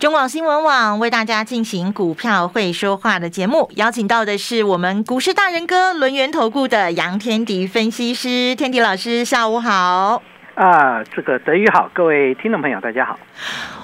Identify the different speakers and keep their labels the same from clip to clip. Speaker 1: 中广新闻网为大家进行股票会说话的节目，邀请到的是我们股市大人哥轮源投顾的杨天迪分析师，天迪老师，下午好。
Speaker 2: 啊，这个德语好，各位听众朋友，大家好。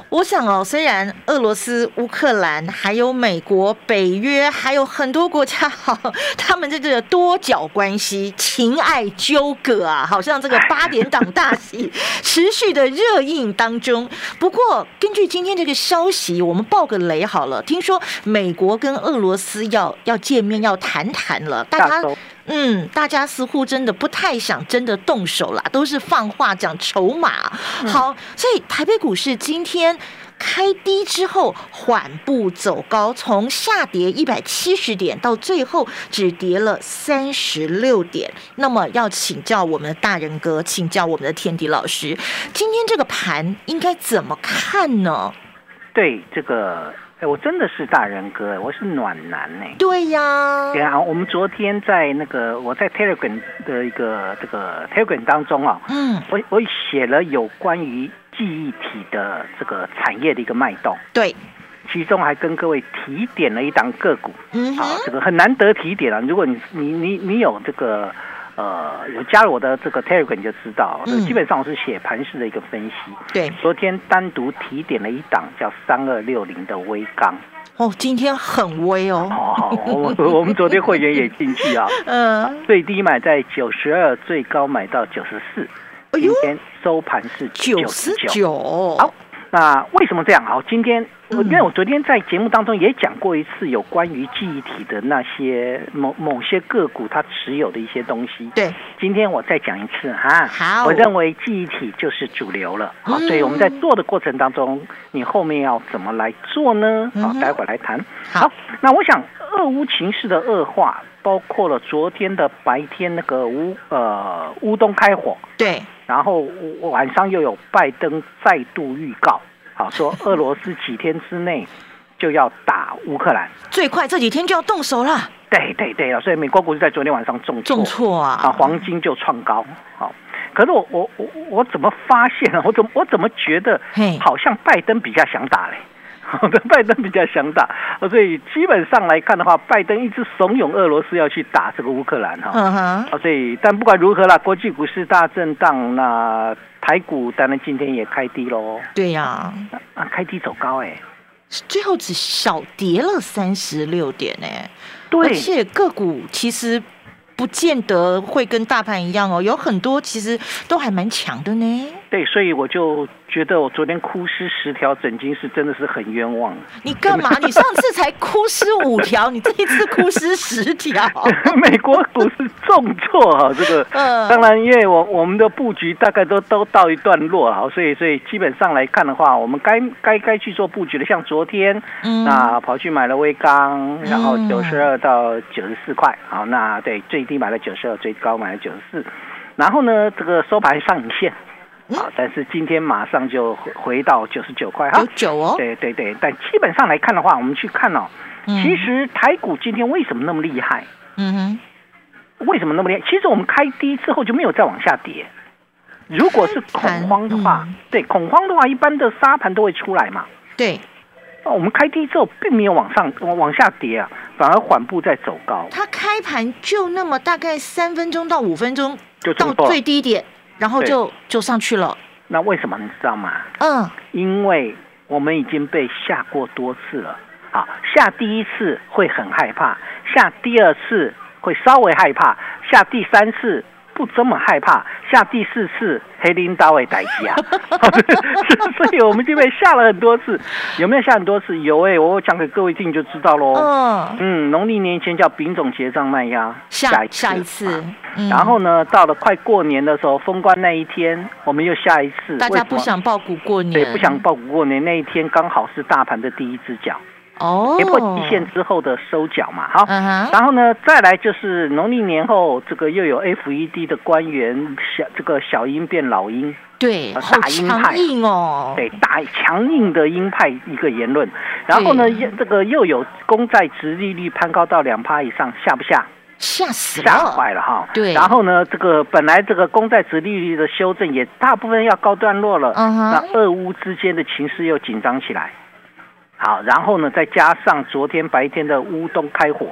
Speaker 1: 我想哦，虽然俄罗斯、乌克兰、还有美国、北约，还有很多国家，哈，他们这个多角关系、情爱纠葛啊，好像这个八点档大戏持续的热映当中。不过，根据今天这个消息，我们爆个雷好了。听说美国跟俄罗斯要要见面，要谈谈了，大
Speaker 2: 下
Speaker 1: 家。
Speaker 2: 周
Speaker 1: 嗯，大家似乎真的不太想真的动手啦，都是放话讲筹码。好，所以台北股市今天开低之后缓步走高，从下跌一百七十点到最后只跌了三十六点。那么要请教我们的大人哥，请教我们的天迪老师，今天这个盘应该怎么看呢？
Speaker 2: 对这个，哎，我真的是大人哥，我是暖男呢。
Speaker 1: 对呀，
Speaker 2: 对啊，我们昨天在那个我在 Telegram 的一个这个 Telegram 当中啊，
Speaker 1: 嗯，
Speaker 2: 我我写了有关于记忆体的这个产业的一个脉动，
Speaker 1: 对，
Speaker 2: 其中还跟各位提点了一档个股
Speaker 1: 嗯
Speaker 2: 啊
Speaker 1: 哼，，
Speaker 2: 这个很难得提点啊。如果你你你你有这个呃有加入我的这个 Telegram 你就知道，
Speaker 1: 嗯
Speaker 2: 基本上我是写盘式的一个分析。
Speaker 1: 对，
Speaker 2: 昨天单独提点了一档叫三二六零的微钢，
Speaker 1: 哦，今天很威哦，
Speaker 2: 哦，我们 我们昨天会员也进去啊，
Speaker 1: 嗯、
Speaker 2: 最低买在九十二，最高买到九十四，
Speaker 1: 哎
Speaker 2: 今
Speaker 1: 呦。
Speaker 2: 天收盘是
Speaker 1: 九
Speaker 2: 九
Speaker 1: 十
Speaker 2: 十九。
Speaker 1: 九，
Speaker 2: 好，那为什么这样啊？今天我
Speaker 1: 嗯
Speaker 2: 因为我昨天在节目当中也讲过一次有关于记忆体的那些某某些个股它持有的一些东西。
Speaker 1: 对，
Speaker 2: 今天我再讲一次哈。
Speaker 1: 好
Speaker 2: 我认为记忆体就是主流了。好，
Speaker 1: 嗯
Speaker 2: 所以我们在做的过程当中，你后面要怎么来做呢？
Speaker 1: 嗯
Speaker 2: 好，
Speaker 1: 哼
Speaker 2: 待会儿来谈。
Speaker 1: 好
Speaker 2: 那我想俄乌情势的恶化，包括了昨天的白天那个乌呃乌东开火，
Speaker 1: 对，
Speaker 2: 然后晚上又有拜登再度预告，好 说俄罗斯几天之内就要打乌克兰。
Speaker 1: 最快这几天就要动手了，
Speaker 2: 对对对了，所以美国股市在昨天晚上重挫
Speaker 1: 重挫
Speaker 2: 啊，
Speaker 1: 啊，
Speaker 2: 黄金就创高。好，可是我我我我怎么发现啊？我怎么我怎么觉得
Speaker 1: 嘿
Speaker 2: 好像拜登比较想打嘞？ 好的，拜登比较想打，所以基本上来看的话，拜登一直怂恿俄罗斯要去打这个乌克兰哈。
Speaker 1: 嗯哼，
Speaker 2: 啊，所以但不管如何啦，国际股市大震荡，那台股当然今天也开低喽，
Speaker 1: 对呀、
Speaker 2: 啊，开低走高哎、
Speaker 1: 最后只小跌了三十六点呢、而
Speaker 2: 对
Speaker 1: 且个股其实不见得会跟大盘一样哦，有很多其实都还蛮强的呢。
Speaker 2: 对，所以我就觉得我昨天哭失十条整金是真的是很冤枉，
Speaker 1: 你干嘛？你上次才哭失五条，你这一次哭失十 条，
Speaker 2: 美国股市重挫啊，这个。
Speaker 1: 嗯
Speaker 2: 当然，因为我我们的布局大概都都到一段落了，所以所以基本上来看的话，我们该该该去做布局的，像昨天
Speaker 1: 嗯
Speaker 2: 那跑去买了微钢，然后
Speaker 1: 嗯
Speaker 2: 九十二到九十四块，好，那对最低买了九十二，最高买了九十四，然后呢，这个收盘上影线，
Speaker 1: 嗯
Speaker 2: 好，但是今天马上就回回到九十九块哈
Speaker 1: 有，九哦，
Speaker 2: 对对对，但基本上来看的话，我们去看哦，
Speaker 1: 嗯
Speaker 2: 其实台股今天为什么那么厉害？
Speaker 1: 嗯哼，
Speaker 2: 为什么那么厉害？其实我们开低之后就没有再往下跌。如果是恐慌的
Speaker 1: 开
Speaker 2: 话，
Speaker 1: 盘嗯
Speaker 2: 对恐慌的话，一般的沙盘都会出来嘛。
Speaker 1: 对，
Speaker 2: 哦我们开低之后并没有往上往往下跌啊，反而缓步在走高。
Speaker 1: 它开盘就那么大概三分钟到五分钟
Speaker 2: 就
Speaker 1: 到
Speaker 2: 冲破
Speaker 1: 最低点，然后就就上去了。
Speaker 2: 那为什么你知道吗？
Speaker 1: 嗯，
Speaker 2: 因为我们已经被吓过多次了。好，下第一次会很害怕，下第二次会稍微害怕，下第三次不这么害怕下第四次黑林大卫逮鸡 啊， 所以我们就被吓了很多次，有没有吓很多次？有哎、我讲给各位听就知道喽。
Speaker 1: 嗯，
Speaker 2: 嗯，农历年前叫丙种结账卖压，
Speaker 1: 下
Speaker 2: 一次
Speaker 1: 下一次，嗯
Speaker 2: 然后呢，到了快过年的时候，封关那一天，我们又下一次。
Speaker 1: 大
Speaker 2: 为
Speaker 1: 家
Speaker 2: 什
Speaker 1: 不
Speaker 2: 么
Speaker 1: 想报股过年，
Speaker 2: 对不想报股过年那一天，刚好是大盘的第一只脚，
Speaker 1: 哦，
Speaker 2: 跌破极限之后的收脚嘛，好。
Speaker 1: 嗯哼，
Speaker 2: 然后呢，再来就是农历年后，这个又有 FED 的官员小这个小鹰变老鹰，
Speaker 1: 对，
Speaker 2: 呃
Speaker 1: 好
Speaker 2: 大鹰派
Speaker 1: 强硬哦，
Speaker 2: 对大强硬的鹰派一个言论。然后呢，
Speaker 1: 对
Speaker 2: 又这个又有公债值利率攀高到两趴以上，下不下？
Speaker 1: 吓死
Speaker 2: 吓
Speaker 1: 了，
Speaker 2: 坏了哈。
Speaker 1: 对
Speaker 2: 然后呢，这个本来这个公债值利率的修正也大部分要告段落了，
Speaker 1: 嗯哼
Speaker 2: 那俄乌之间的情势又紧张起来。好，然后呢，再加上昨天白天的乌东开火，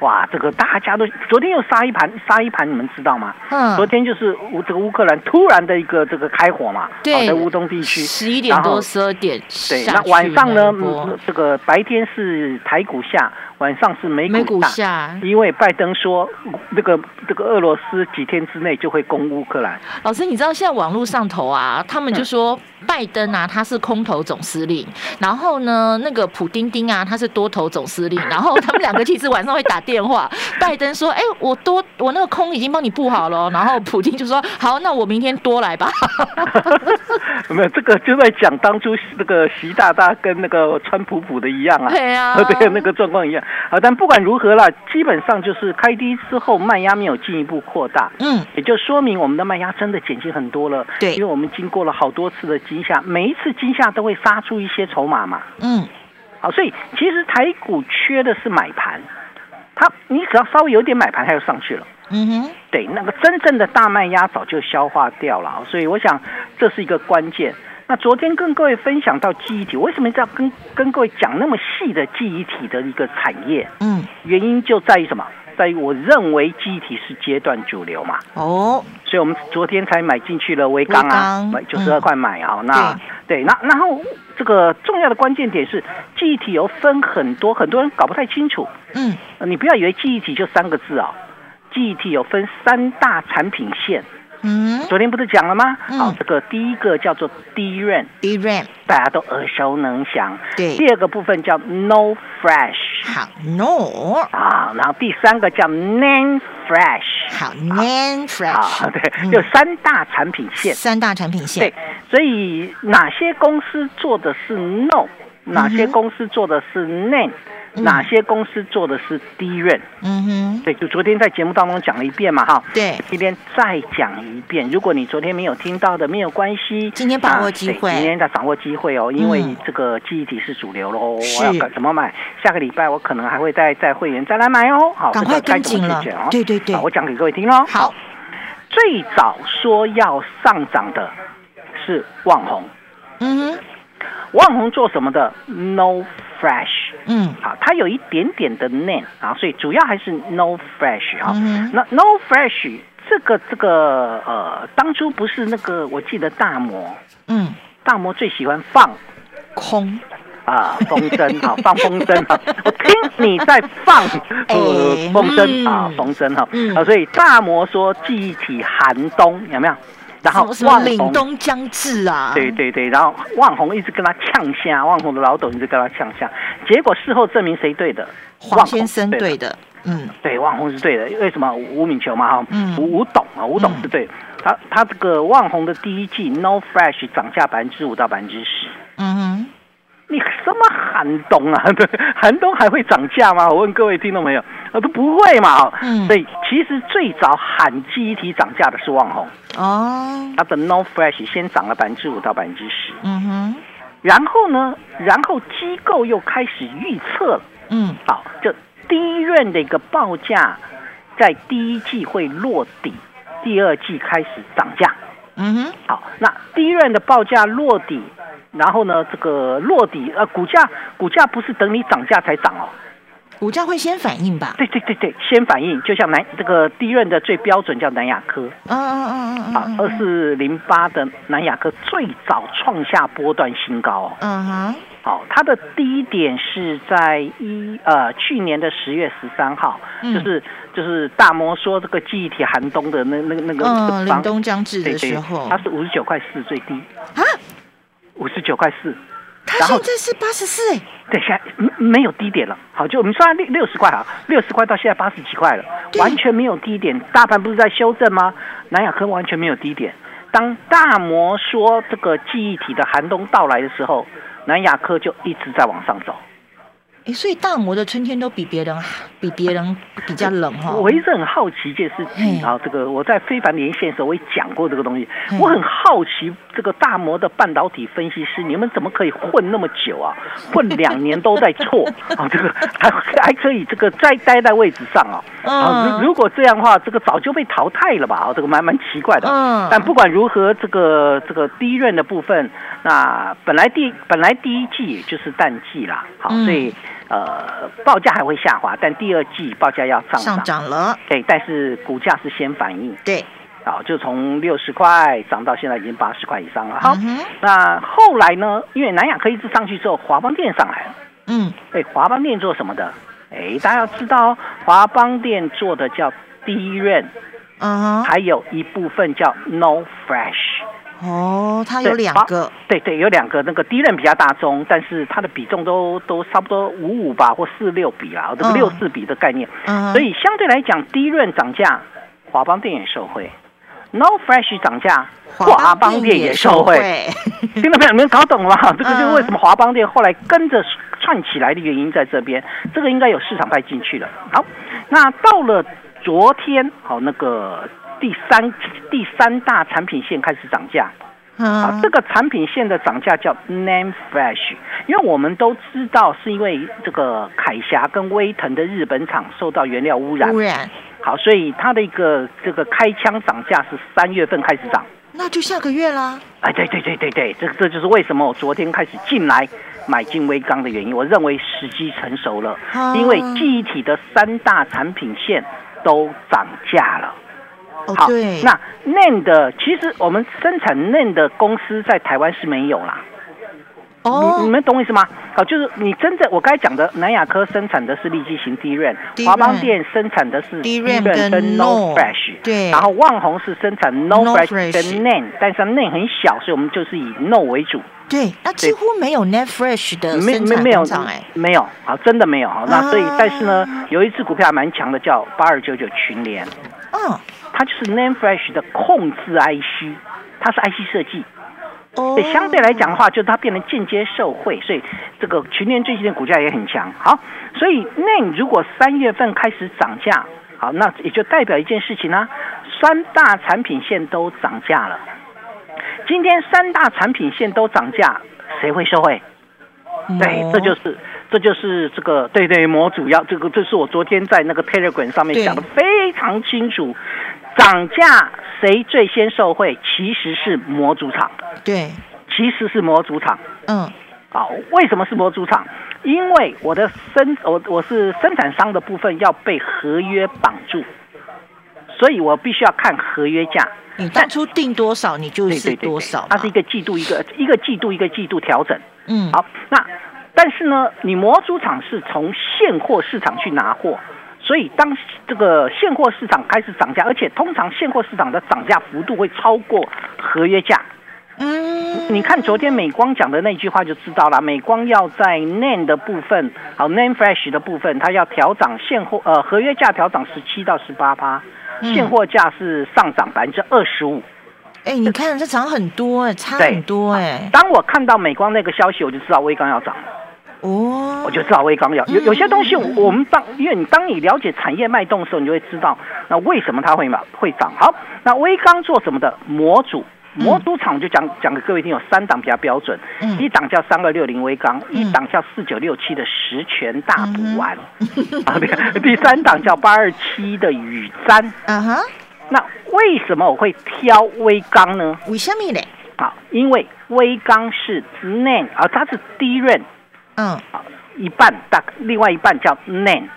Speaker 2: 哇，这个大家都昨天又杀一盘，杀一盘，你们知道吗？昨
Speaker 1: 嗯，
Speaker 2: 天就是乌这个乌克兰突然的一个这个开火嘛，
Speaker 1: 对
Speaker 2: 好在乌东地区，
Speaker 1: 十一点
Speaker 2: 然
Speaker 1: 多
Speaker 2: 后
Speaker 1: 十二点
Speaker 2: 对，
Speaker 1: 下
Speaker 2: 那
Speaker 1: 去
Speaker 2: 晚上
Speaker 1: 那
Speaker 2: 呢
Speaker 1: 一？波
Speaker 2: 嗯这个白天是台股下，晚上是美
Speaker 1: 美
Speaker 2: 股
Speaker 1: 股
Speaker 2: 下。
Speaker 1: 下，
Speaker 2: 因为拜登说，那个这个俄罗斯几天之内就会攻乌克兰，
Speaker 1: 老师，你知道现在网络上头啊，他们就说拜登啊，他是空头总司令，然后呢，那个普丁丁啊，他是多头总司令，然后他们两个其实晚上会打电话，拜登说，哎、我多我那个空已经帮你布好了哦，然后普丁就说，好，那我明天多来吧，
Speaker 2: 没有这个就在讲当初那个习大大跟那个川普普的一样啊，
Speaker 1: 对啊
Speaker 2: 对那个状况一样啊。但不管如何啦，基本上就是开低之后卖压没有进一步扩大，
Speaker 1: 嗯，
Speaker 2: 也就说明我们的卖压真的减轻很多了。
Speaker 1: 对
Speaker 2: 因为我们经过了好多次的惊吓，每一次惊吓都会杀出一些筹码嘛。
Speaker 1: 嗯，
Speaker 2: 好，所以其实台股缺的是买盘，它你只要稍微有点买盘，它就上去了。
Speaker 1: 嗯哼，
Speaker 2: 对，那个真正的大卖压早就消化掉了，哦所以我想这是一个关键。那昨天跟各位分享到记忆体，为什么要跟跟各位讲那么细的记忆体的一个产业？
Speaker 1: 嗯，
Speaker 2: 原因就在于什么？在于我认为记忆体是阶段主流嘛，
Speaker 1: 哦，
Speaker 2: 所以我们昨天才买进去了微钢啊，
Speaker 1: 微
Speaker 2: 买
Speaker 1: 钢嗯
Speaker 2: 九十二块买啊。那对，那然后这个重要的关键点是记忆体有分很多，很多人搞不太清楚。
Speaker 1: 嗯，
Speaker 2: 呃你不要以为记忆体就三个字哦，记忆体有分三大产品线。
Speaker 1: 嗯
Speaker 2: 昨天不是讲了吗？
Speaker 1: 嗯
Speaker 2: 好、这个第一个叫做 DRAM，
Speaker 1: ，DRAM，
Speaker 2: 大家都耳熟能详。
Speaker 1: 对
Speaker 2: 第二个部分叫 No Flash
Speaker 1: 好，No，
Speaker 2: 啊，然后第三个叫 NAND Flash
Speaker 1: 好，NAND
Speaker 2: 啊，
Speaker 1: 嗯
Speaker 2: 对，有三大产品线。
Speaker 1: 三大产品
Speaker 2: 对，所以哪些公司做的是 No，哪些公司做的是 NAND，、
Speaker 1: 嗯
Speaker 2: 哪些公司做的是 DRAM？
Speaker 1: 嗯哼，
Speaker 2: 对，就昨天在节目当中讲了一遍嘛，哈。
Speaker 1: 对
Speaker 2: 今天再讲一遍，如果你昨天没有听到的，没有关系，
Speaker 1: 今天把握机会
Speaker 2: 啊对今天再把握机会哦，因为
Speaker 1: 嗯
Speaker 2: 这个记忆体是主流喽，
Speaker 1: 是
Speaker 2: 我要赶怎么买？下个礼拜我可能还会再在会员再来买哦，好，
Speaker 1: 赶快
Speaker 2: 这个该
Speaker 1: 跟
Speaker 2: 怎么
Speaker 1: 紧了
Speaker 2: 解决哦
Speaker 1: 对对对
Speaker 2: 好我讲给各位听喽。
Speaker 1: 好，
Speaker 2: 最早说要上涨的是旺宏，
Speaker 1: 嗯哼，
Speaker 2: 旺宏做什么的？No Fresh。
Speaker 1: 嗯，
Speaker 2: 好，它有一点点的 n a n 啊，所以主要还是 no fresh 啊。
Speaker 1: 嗯哼
Speaker 2: 那 no fresh 这个这个呃，当初不是那个我记得大魔
Speaker 1: 嗯，
Speaker 2: 大魔最喜欢放
Speaker 1: 空，
Speaker 2: 啊、风筝哈、放风筝哈、我听你在放 呃
Speaker 1: 哎
Speaker 2: 风筝啊、
Speaker 1: 嗯
Speaker 2: 风筝哈、啊
Speaker 1: 嗯
Speaker 2: 所以大魔说记忆体寒冬有没有？然后
Speaker 1: 什么
Speaker 2: 旺
Speaker 1: 凛
Speaker 2: 宏
Speaker 1: 冬将至啊？
Speaker 2: 对，对对，然后万红一直跟他呛下，万红的老董一直跟他呛下，结果事后证明谁对的？
Speaker 1: 黄
Speaker 2: 万红
Speaker 1: 先生
Speaker 2: 对
Speaker 1: 对
Speaker 2: 的
Speaker 1: 的，嗯
Speaker 2: 对，万红是对的。为什么吴敏球嘛哈
Speaker 1: 嗯，
Speaker 2: 吴吴董啊，吴董是对的。他他这个万红的第一季 No Fresh 涨价百分之五到百分之十。
Speaker 1: 嗯哼，
Speaker 2: 你什么寒冬啊？ 对，寒冬还会涨价吗？我问各位听众朋友，啊都不会嘛。
Speaker 1: 嗯
Speaker 2: 所以其实最早喊记忆体涨价的是万红，
Speaker 1: 哦，
Speaker 2: 它的 No Fresh 先涨了百分之五到百分之十，
Speaker 1: 嗯哼，
Speaker 2: 然后呢，然后机构又开始预测了。
Speaker 1: 嗯
Speaker 2: 好，就第一任的一个报价，在第一季会落底，第二季开始涨价。
Speaker 1: 嗯哼，
Speaker 2: 好，那第一任的报价落底，然后呢，这个落底呃，股价股价不是等你涨价才涨哦，
Speaker 1: 股价会先反应吧？
Speaker 2: 对对对对，先反应，就像南这个第一任的最标准叫南亚科
Speaker 1: 嗯嗯嗯嗯
Speaker 2: 啊，
Speaker 1: 嗯，
Speaker 2: 二四零八的南亚科最早创下波段新高哦，
Speaker 1: 嗯哼，
Speaker 2: 好、它的低点是在一呃去年的十月十三号，
Speaker 1: 嗯
Speaker 2: 就是就是大摩说这个记忆体寒冬的那那个那个那
Speaker 1: 嗯，
Speaker 2: 个
Speaker 1: 凛
Speaker 2: 方
Speaker 1: 冬将至
Speaker 2: 对
Speaker 1: 的
Speaker 2: 对
Speaker 1: 时候
Speaker 2: 它是五十九块四最低，
Speaker 1: 啊，
Speaker 2: 五十九块四，
Speaker 1: 它
Speaker 2: 然后
Speaker 1: 现在是八十四哎，
Speaker 2: 对，现在没没有低点了。好，就我们算六六十块啊，六十块到现在八十几块了，
Speaker 1: 对
Speaker 2: 完全没有低点。大盘不是在修正吗？南亚科完全没有低点。当大摩说这个记忆体的寒冬到来的时候，南亚科就一直在往上走。
Speaker 1: 哎，所以大摩的春天都比别人比别人比较冷
Speaker 3: 哦
Speaker 1: 哈。
Speaker 2: 哎我一直很好奇一件事
Speaker 1: 嘿
Speaker 2: 情啊，这个我在非凡连线的时候我也讲过这个东西
Speaker 1: 嘿，
Speaker 2: 我很好奇这个大摩的半导体分析师，你们怎么可以混那么久啊？混两年都在错啊，这个还还可以这个再待在位置上啊？啊，
Speaker 1: 嗯
Speaker 2: 如如果这样的话，这个早就被淘汰了吧？啊，这个蛮蛮奇怪的。
Speaker 1: 嗯
Speaker 2: 但不管如何，这个这个第一任的部分，那本来第本来第一季就是淡季啦，好，
Speaker 1: 嗯
Speaker 2: 所以呃报价还会下滑，但第二季报价要上涨。
Speaker 1: 上涨了，
Speaker 2: 对，但是股价是先反应，
Speaker 1: 对，
Speaker 2: 啊，就从六十块涨到现在已经八十块以上了。好
Speaker 1: 嗯，哼
Speaker 2: 那后来呢？因为南亚科一直上去之后，华邦电上来了。
Speaker 1: 嗯，
Speaker 2: 哎，华邦电做什么的？哎，大家要知道哦，华邦电做的叫低润，
Speaker 1: 啊哈，
Speaker 2: 还有一部分叫 No Fresh。
Speaker 1: 哦，它有
Speaker 2: 对
Speaker 1: 两
Speaker 2: 华
Speaker 1: 个，
Speaker 2: 对对，有两个那个低润比较大宗，但是它的比重都都差不多五五吧，或四六比啦，这个
Speaker 1: 嗯
Speaker 2: 六四比的概念。
Speaker 1: 嗯，
Speaker 2: 所以相对来讲，低润涨价，华邦电也受惠；No Fresh 涨价，华邦电也受惠。
Speaker 1: 惠，
Speaker 2: 听到没有？你们搞懂了 吗？这个就是
Speaker 1: 嗯
Speaker 2: 为什么华邦电后来跟着串起来的原因在这边。这个应该有市场派进去了。好，那到了昨天，好那个第三第三大产品线开始涨价。啊
Speaker 1: 嗯，，
Speaker 2: 这个产品线的涨价叫 Name Flash，因为我们都知道是因为这个凯霞跟威腾的日本厂受到原料污染
Speaker 1: 污，染，
Speaker 2: 好，所以它的一个这个开枪涨价是三月份开始涨。
Speaker 1: 那就下个月啦，
Speaker 2: 哎，对对对对对，这这就是为什么我昨天开始进来买进微钢的原因。我认为时机成熟了，
Speaker 1: 啊
Speaker 2: 因为记忆体的三大产品线都涨价了。
Speaker 1: 哦，
Speaker 2: 好，
Speaker 1: 对，
Speaker 2: 那 NAND 的其实我们生产 NAND 的公司在台湾是没有啦。你你
Speaker 1: 哦，
Speaker 2: 们懂我意思吗？好，就是你真正我刚才讲的，南亚科生产的是立基型 DRAM，
Speaker 1: DRAM
Speaker 2: 华邦电生产的是
Speaker 1: DRAM 跟 NOR
Speaker 2: 跟 No Flash，
Speaker 1: 对
Speaker 2: 然后旺宏是生产 No
Speaker 1: NOR
Speaker 2: Flash 跟
Speaker 1: ，Flash
Speaker 2: NAND，但是 NAND 很小，所以我们就是以 No 为主，
Speaker 1: 对，那几乎没有 Net Fresh 的
Speaker 2: 没
Speaker 1: 生产
Speaker 2: 没没有
Speaker 1: 呃工厂哎，
Speaker 2: 没有，好，真的没有，好，那所以
Speaker 1: 啊
Speaker 2: 但是呢，有一只股票还蛮强的，叫八二九九群联，
Speaker 1: 嗯，
Speaker 2: 它就是 NAND Flash 的控制 IC，它是 IC 设计，
Speaker 1: 哦
Speaker 2: 对，，相对来讲的话，就是它变成间接受惠，所以这个群联最近的股价也很强。好，所以那如果三月份开始涨价，好，那也就代表一件事情呢、三大产品线都涨价了。今天三大产品线都涨价，谁会受惠？对
Speaker 1: 哦，
Speaker 2: 这就是这就是这个对对模组要这个，这是我昨天在那个 Telegram 上面
Speaker 1: 对
Speaker 2: 讲的非常清楚，涨价谁最先受惠，其实是模组厂。
Speaker 1: 对，
Speaker 2: 其实是模组厂。
Speaker 1: 嗯，
Speaker 2: 啊，为什么是模组厂？因为我的生我我是生产商的部分要被合约绑住，所以我必须要看合约价。
Speaker 1: 你当初定多少你就
Speaker 2: 对
Speaker 1: 是
Speaker 2: 对对
Speaker 1: 多
Speaker 2: 对
Speaker 1: 少，
Speaker 2: 它是一
Speaker 1: 嘛，
Speaker 2: 个季度一个一个季度一个季度调整。
Speaker 1: 嗯，
Speaker 2: 好，那但是呢，你模组厂是从现货市场去拿货，所以当这个现货市场开始涨价，而且通常现货市场的涨价幅度会超过合约价。
Speaker 1: 嗯，
Speaker 2: 你看昨天美光讲的那句话就知道了，美光要在 NAND 的部分，好 NAND Flash 的部分，它要调涨现货呃合约价调涨十七到十八趴，
Speaker 1: 嗯
Speaker 2: 现货价是上涨百分之二十五。
Speaker 1: 哎，你看这涨很多哎，差
Speaker 2: 对
Speaker 1: 很多哎，
Speaker 2: 当我看到美光那个消息，我就知道微刚要涨，
Speaker 1: 哦，
Speaker 2: 我就知道微刚要有有些
Speaker 1: 嗯
Speaker 2: 东西我，我们当因为你当你了解产业脉动的时候，你就会知道那为什么它会嘛会涨。好，那微刚做什么的模组？模组厂我就讲讲给各位听，有三档比较标准，
Speaker 1: 嗯
Speaker 2: 一档叫三二六零微钢，
Speaker 1: 嗯
Speaker 2: 一档叫四九六七的十全大补丸，
Speaker 1: 嗯
Speaker 2: 啊，对 第三档叫八二七的雨瞻。
Speaker 1: 啊哈，
Speaker 2: 那为什么我会挑微钢呢？
Speaker 1: 为什么嘞？
Speaker 2: 啊，因为微钢是 NAN 啊，它是低润
Speaker 1: 嗯，
Speaker 2: 一半，大另外一半叫 NAN，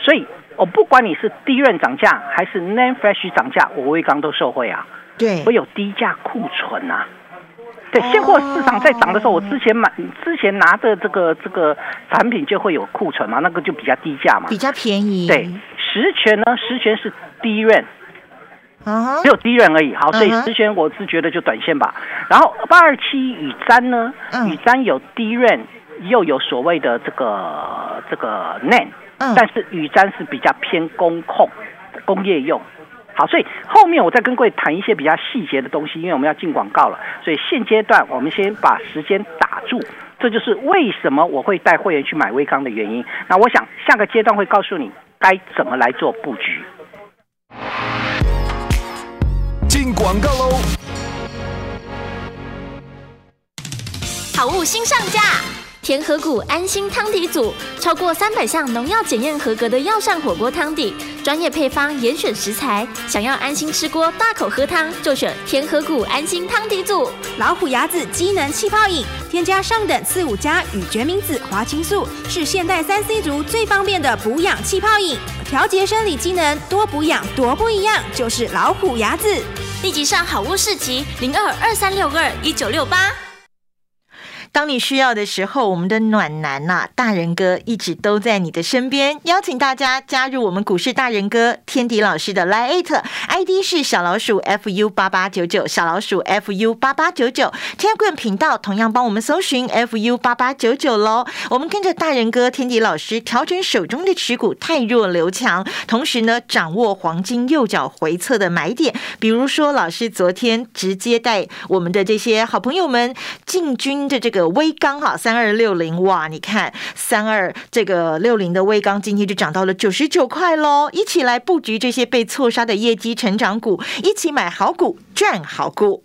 Speaker 2: 所以我不管你是低润涨价还是 E NAN Fresh 涨价，我微钢都受惠啊，
Speaker 1: 对
Speaker 2: 我，有低价库存啊。对，现货
Speaker 1: 哦
Speaker 2: 市场在涨的时候，我之前买之前拿的这个这个产品就会有库存嘛，那个就比较低价嘛
Speaker 1: 比。较便宜。
Speaker 2: 对，实权呢，实权是低润，
Speaker 1: 啊哈
Speaker 2: 只，有低润而已。好，所以
Speaker 1: 嗯哼
Speaker 2: 实权我是觉得就短线吧。然后八二七雨瞻呢，
Speaker 1: 嗯
Speaker 2: 雨瞻有低润，又有所谓的这个这个 E NAN，
Speaker 1: 嗯
Speaker 2: 但是雨瞻是比较偏工控工业用。好，所以后面我再跟各位谈一些比较细节的东西，因为我们要进广告了，所以现阶段我们先把时间打住。这就是为什么我会带会员去买微康的原因。那我想下个阶段会告诉你该怎么来做布局。
Speaker 4: 进广告喽！
Speaker 5: 好物新上架，田河谷安心汤底组，超过三百项农药检验合格的药膳火锅汤底，专业配方严选食材，想要安心吃锅大口喝汤，就选田河谷安心汤底组。
Speaker 6: 老虎牙子机能气泡饮，添加上等次五加与决明子花青素，是现代三 C 族最方便的补养气泡饮，调节生理机能，多补养多不一样，就是老虎牙子。
Speaker 5: 立即上好物市集零二二三六二一九六八。
Speaker 1: 当你需要的时候，我们的暖男呐、大人哥一直都在你的身边。邀请大家加入我们股市大人哥天迪老师的 Lite ID 是小老鼠 fu 八八九九，小老鼠 fu 八八九九。Telegram 频道同样帮我们搜寻 fu 八八九九喽。我们跟着大人哥天迪老师调整手中的持股太弱留强，同时呢掌握黄金右脚回撤的买点。比如说，老师昨天直接带我们的这些好朋友们进军的这个微钢哈三二六零哇，你看三二这个六零的微钢今天就涨到了九十九块喽，一起来布局这些被错杀的业绩成长股，一起买好股赚好股。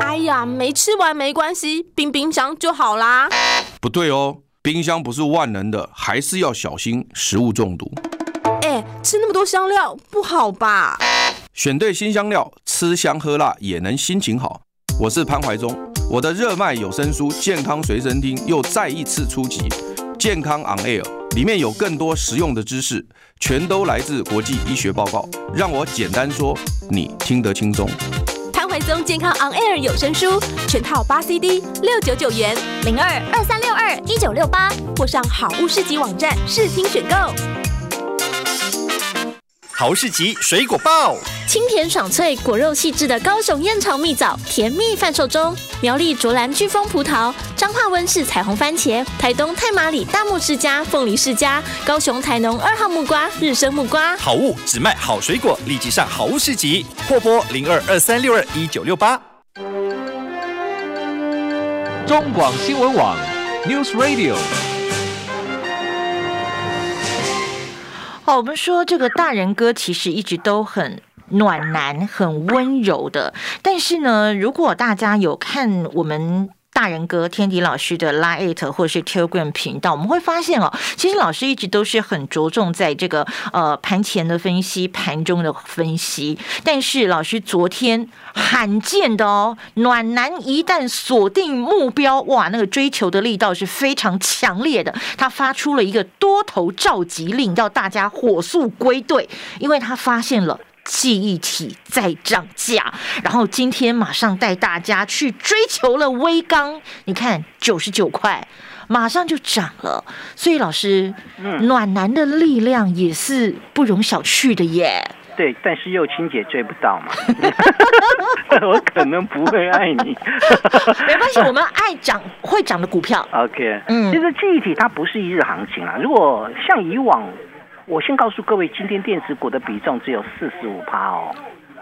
Speaker 7: 哎呀，没吃完没关系，冰冰箱就好啦。
Speaker 8: 不对哦，冰箱不是万能的，还是要小心食物中毒。
Speaker 7: 哎，吃那么多香料不好吧？
Speaker 8: 选对新香料，吃香喝辣也能心情好。我是潘怀忠，我的热卖有声书《健康随身听》又再一次出击，《健康 On Air》里面有更多实用的知识，全都来自国际医学报告，让我简单说，你听得轻松。
Speaker 7: 潘怀宗健康 On Air 有声书全套八 CD，六九九元，
Speaker 5: 零二二三六二一九六八。
Speaker 7: 或上好物市集网站试听选购。
Speaker 4: 好市集水果报，
Speaker 5: 清甜爽脆、果肉细致的高雄燕巢蜜枣甜蜜贩售中，苗栗卓兰飓风葡萄、彰化温室彩虹番茄、台东太麻里大木世家、凤梨世家、高雄台农二号木瓜、日升木瓜。
Speaker 4: 好物只卖好水果，立即上好物市集，或拨零二二三六二一九六八。
Speaker 9: 中广新闻网，News Radio。
Speaker 1: 好，我们说这个大人哥其实一直都很。暖男很温柔的，但是呢，如果大家有看我们大人哥天迪老师的 Lite 或是 Telegram 频道，我们会发现哦，其实老师一直都是很着重在这个呃盘前的分析、盘中的分析，但是老师昨天罕见的哦，暖男一旦锁定目标，哇，那个追求的力道是非常强烈的。他发出了一个多头召集令，要大家火速归队，因为他发现了。记忆体在涨价，然后今天马上带大家去追求了微钢，你看九十九块，马上就涨了。所以老师，暖男的力量也是不容小觑的耶。
Speaker 2: 对，但是幼青姐追不到 嘛， 我可能不会爱你。
Speaker 1: 没关系，我们爱涨会涨的股票，
Speaker 2: OK，
Speaker 1: 嗯
Speaker 2: 其实记忆体它不是一日行情啊。如果像以往，我先告诉各位，今天电子股的比重只有四十五趴哦，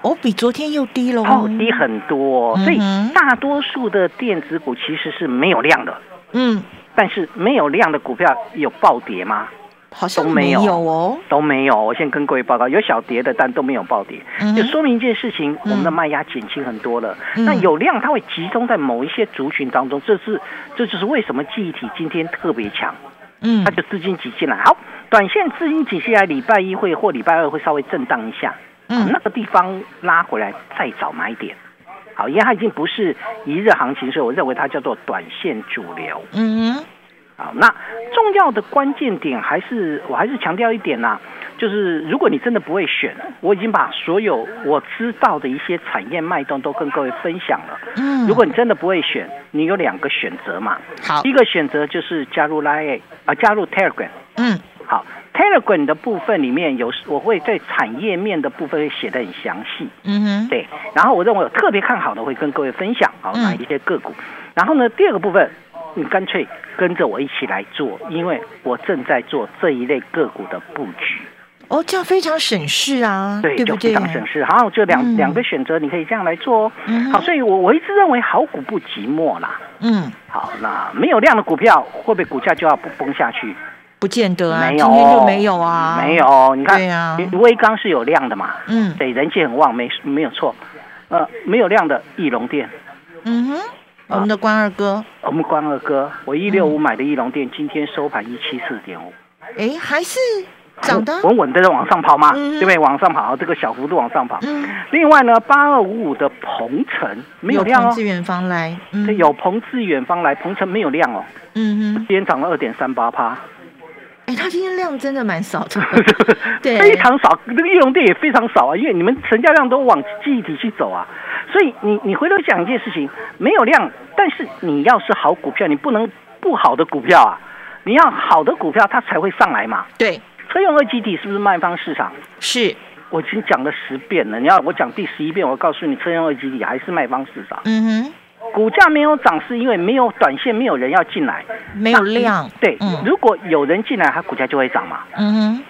Speaker 1: 哦，比昨天又低喽，
Speaker 2: 哦，低很多、哦，所以
Speaker 1: 嗯哼
Speaker 2: 大多数的电子股其实是没有量的。
Speaker 1: 嗯，
Speaker 2: 但是没有量的股票有暴跌吗？
Speaker 1: 好像
Speaker 2: 都没有
Speaker 1: 哦。
Speaker 2: 都没有。我先跟各位报告，有小跌的，但都没有暴跌，
Speaker 1: 嗯哼
Speaker 2: 就说明一件事情，我们的
Speaker 1: 嗯
Speaker 2: 卖压减轻很多了。
Speaker 1: 嗯
Speaker 2: 那有量它会集中在某一些族群当中，这是这就是为什么记忆体今天特别强，
Speaker 1: 嗯
Speaker 2: 它就资金挤进来。好，短线资金挤进来，礼拜一会或礼拜二会稍微震荡一下，好那
Speaker 1: 嗯
Speaker 2: 个地方拉回来再找买点。好，因为它已经不是一日行情，所以我认为它叫做短线主流。
Speaker 1: 嗯哼
Speaker 2: 好，那重要的关键点还是我还是强调一点啦、就是如果你真的不会选，我已经把所有我知道的一些产业脉动都跟各位分享了。
Speaker 1: 嗯，
Speaker 2: 如果你真的不会选，你有两个选择嘛，
Speaker 1: 好，
Speaker 2: 一个选择就是加入 Line 啊，加入 Telegram。
Speaker 1: 嗯
Speaker 2: 好，Telegram 的部分里面有，我会在产业面的部分会写得很详细。
Speaker 1: 嗯哼，
Speaker 2: 对，然后我认为我特别看好的会跟各位分享好
Speaker 1: 嗯
Speaker 2: 哪一些个股。然后呢，第二个部分，你干脆跟着我一起来做，因为我正在做这一类个股的布局，
Speaker 1: 哦，这样非常省事啊，
Speaker 2: 对，
Speaker 1: 不
Speaker 2: 就
Speaker 1: 对
Speaker 2: 非？常省事。好，就两、
Speaker 1: 嗯
Speaker 2: 两个选择，你可以这样来做哦。
Speaker 1: 嗯哼
Speaker 2: 好，所以我我一直认为好股不寂寞啦。
Speaker 1: 嗯，
Speaker 2: 好，那没有量的股票会不会股价就要不崩下去？
Speaker 1: 不见得啊，
Speaker 2: 没
Speaker 1: 今
Speaker 2: 有，
Speaker 1: 天就没有啊，
Speaker 2: 没，有。你看，
Speaker 1: 对啊
Speaker 2: 微刚是有量的嘛，
Speaker 1: 嗯
Speaker 2: 对，人气很旺，没没有错。呃，没有量的翼龙店，
Speaker 1: 嗯
Speaker 2: 啊
Speaker 1: 哼，我们的关二哥，
Speaker 2: 我们关二哥，我一六五买的翼龙店，今天收盘一七四点五，
Speaker 1: 哎，还是涨的，
Speaker 2: 稳稳的在往上跑嘛，
Speaker 1: 嗯
Speaker 2: 对不对？往上跑，这个小幅度往上跑。
Speaker 1: 嗯，
Speaker 2: 另外呢，八二五五的鹏程没有量
Speaker 1: 朋
Speaker 2: 哦
Speaker 1: 自，远方来，嗯，
Speaker 2: 对，有朋自远方来，鹏程没有量哦，
Speaker 1: 嗯哼
Speaker 2: 今，天涨了二点三八趴，，
Speaker 1: 哎，他今天量真的蛮少的 对，
Speaker 2: 非常少，这个翼龙店也非常少啊，因为你们成交量都往记忆体去走啊，所以你你回头想一件事情，没有量，但是你要是好股票，你不能不好的股票啊，你要好的股票它才会上来嘛。
Speaker 1: 对，
Speaker 2: 车用二极体是不是卖方市场？
Speaker 1: 是，
Speaker 2: 我已经讲了十遍了，你要我讲第十一遍，我告诉你，车用二极体还是卖方市场。
Speaker 1: 嗯哼，
Speaker 2: 股价没有涨，是因为没有短线没有人要进来，
Speaker 1: 没有量，
Speaker 2: 对，
Speaker 1: 嗯
Speaker 2: 如果有人进来，它股价就会涨嘛。
Speaker 1: 嗯哼，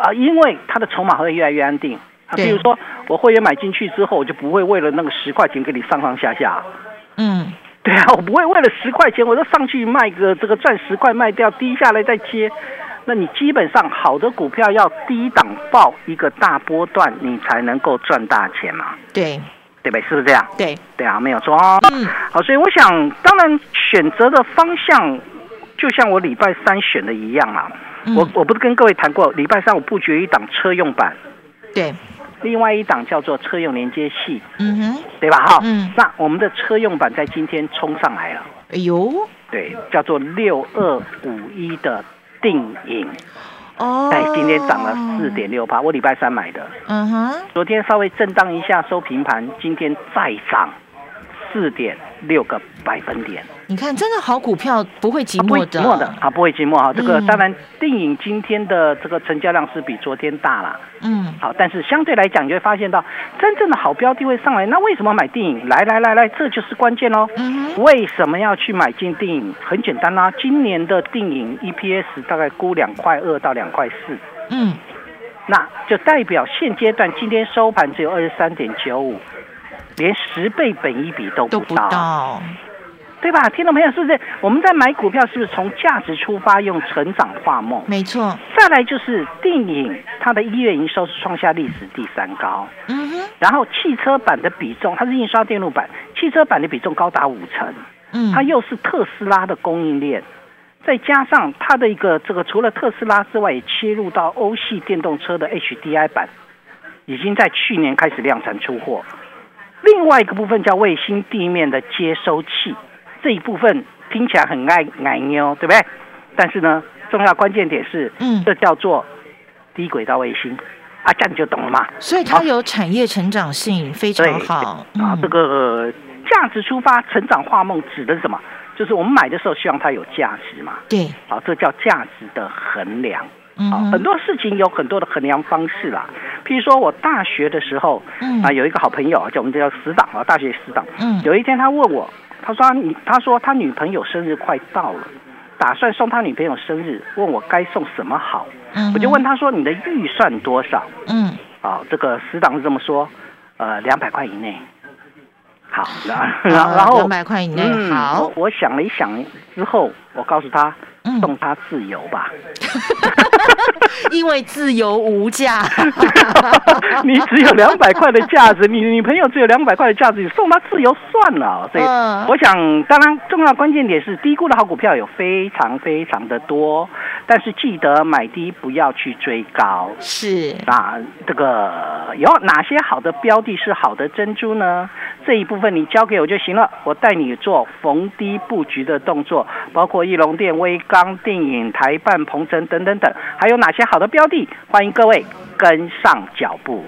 Speaker 2: 啊，因为它的筹码会越来越安定。啊，
Speaker 1: 对
Speaker 2: 比如说我会员买进去之后，我就不会为了那个十块钱给你上上下下。
Speaker 1: 嗯，
Speaker 2: 对啊，我不会为了十块钱，我都上去卖个这个赚十块卖掉，低下来再接。那你基本上好的股票要低档报一个大波段，你才能够赚大钱嘛，
Speaker 1: 对
Speaker 2: 对不对？是不是这样？
Speaker 1: 对，
Speaker 2: 对啊，没有错哦。
Speaker 1: 嗯
Speaker 2: 好，所以我想，当然选择的方向，就像我礼拜三选的一样啊。
Speaker 1: 嗯
Speaker 2: 我我不是跟各位谈过，礼拜三我布局一档车用版，
Speaker 1: 对，
Speaker 2: 另外一档叫做车用连接器，
Speaker 1: 嗯哼，
Speaker 2: 对吧？哈，
Speaker 1: 嗯
Speaker 2: 那我们的车用版在今天冲上来了，
Speaker 1: 哎呦，
Speaker 2: 对，叫做六二五一的定影，
Speaker 1: 哦，
Speaker 2: 在哎今天涨了四，点六八，我礼拜三买的，
Speaker 1: 嗯哼，
Speaker 2: 昨天稍微震荡一下收平盘，今天再涨四点六个百分点。
Speaker 1: 你看，真的好股票不会寂
Speaker 2: 啊不会
Speaker 1: 寞
Speaker 2: 寂
Speaker 1: 的，
Speaker 2: 寞的，啊，不会寂寞哈。这个
Speaker 1: 嗯
Speaker 2: 当然，电影今天的这个成交量是比昨天大啦。
Speaker 1: 嗯，
Speaker 2: 好，但是相对来讲，你就会发现到真正的好标的会上来。那为什么买电影？来来来来，这就是关键喽。
Speaker 1: 嗯
Speaker 2: 为什么要去买进电影？很简单啦、啊今年的电影 EPS 大概估两块二到两块四，
Speaker 1: 嗯，
Speaker 2: 那就代表现阶段今天收盘只有二十三点九五，连十倍本一比都
Speaker 1: 都
Speaker 2: 不
Speaker 1: 不
Speaker 2: 到。
Speaker 1: 到，
Speaker 2: 对吧？听众朋友，是不是我们在买股票，是不是从价值出发，用成长画梦？
Speaker 1: 没错，
Speaker 2: 再来就是电影，它的一月营收是创下历史第三高，
Speaker 1: 嗯哼，
Speaker 2: 然后汽车版的比重，它是印刷电路版，汽车版的比重高达五成，
Speaker 1: 嗯，
Speaker 2: 它又是特斯拉的供应链。再加上它的一个这个，除了特斯拉之外，也切入到欧系电动车的 HDI 版，已经在去年开始量产出货。另外一个部分叫卫星地面的接收器，这一部分听起来很爱奶妞，对不对？但是呢，重要关键点是，
Speaker 1: 嗯
Speaker 2: 这叫做低轨道卫星啊，这样你就懂了嘛。
Speaker 1: 所以它有产业成长性，非常好，嗯
Speaker 2: 啊，这个、呃价值出发，成长化梦指的是什么？就是我们买的时候希望它有价值嘛，
Speaker 1: 对，
Speaker 2: 好、这叫价值的衡量。
Speaker 1: 嗯
Speaker 2: 好、
Speaker 1: 哼，
Speaker 2: 很多事情有很多的衡量方式啦。譬如说我大学的时候，
Speaker 1: 嗯
Speaker 2: 啊，有一个好朋友，叫我们叫死党啊，大学死党。
Speaker 1: 嗯
Speaker 2: 有一天他问我，他说他女他说他女朋友生日快到了，打算送他女朋友生日，问我该送什么好。
Speaker 1: 嗯哼
Speaker 2: 我就问，他说你的预算多少？
Speaker 1: 嗯，
Speaker 2: 啊，这个死党是这么说，呃，两百块以内。好，然后然后然 后
Speaker 1: 两百块以内，
Speaker 2: 嗯
Speaker 1: 好
Speaker 2: 我，我想了一想之后，我告诉他
Speaker 1: 嗯，
Speaker 2: 送他自由吧。
Speaker 3: 因为自由无价。
Speaker 2: 你只有两百块的价值，你女朋友只有两百块的价值，你送她自由算了。所以，
Speaker 3: 嗯
Speaker 2: 我想，当然，重要的关键点是低估的好股票有非常非常的多，但是记得买低，不要去追高。
Speaker 3: 是
Speaker 2: 那这个有哪些好的标的是好的珍珠呢？这一部分你交给我就行了，我带你做逢低布局的动作，包括翼龙电、威刚、电影、台办、鹏程等等等，还有哪些好的标的？欢迎各位跟上脚步。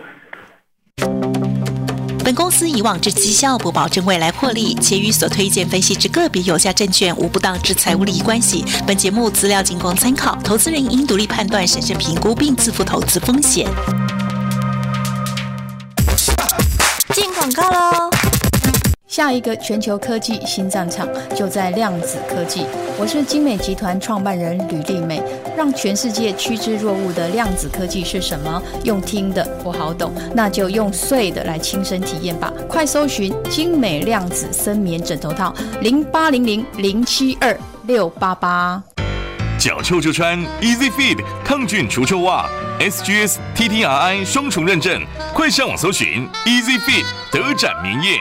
Speaker 10: 本公司以往之绩效不保证未来获利，且与所推荐分析之个别有价证券无不当之财务利益关系。本节目资料仅供参考，投资人应独立判断、审慎评估并自负投资风险。
Speaker 7: 进广告喽。
Speaker 5: 下一个全球科技新战场就在量子科技。我是精美集团创办人吕丽美，让全世界趋之若鹜的量子科技是什么？用听的不好懂，那就用碎的来亲身体验吧。快搜寻精美量子深棉枕头套，零八零零零七二六八八。
Speaker 11: 脚臭就穿 Easy Fit 抗菌除臭袜，SGS TTRI 双重认证，快上网搜寻 Easy Fit 德展棉业。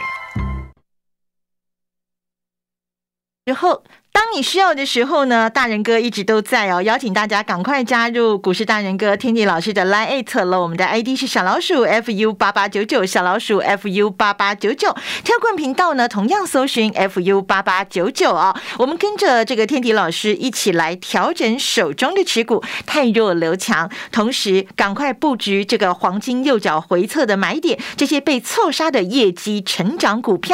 Speaker 3: 然后，当你需要的时候呢，大人哥一直都在哦，邀请大家赶快加入股市大人哥天地老师的 Line at 了，我们的 ID 是小老鼠 fu 八八九九，小老鼠 fu 八八九九，跳棍频道呢同样搜寻 fu 八八九九哦，我们跟着这个天地老师一起来调整手中的持股，太弱留强，同时赶快布局这个黄金右脚回撤的买点，这些被错杀的业绩成长股票。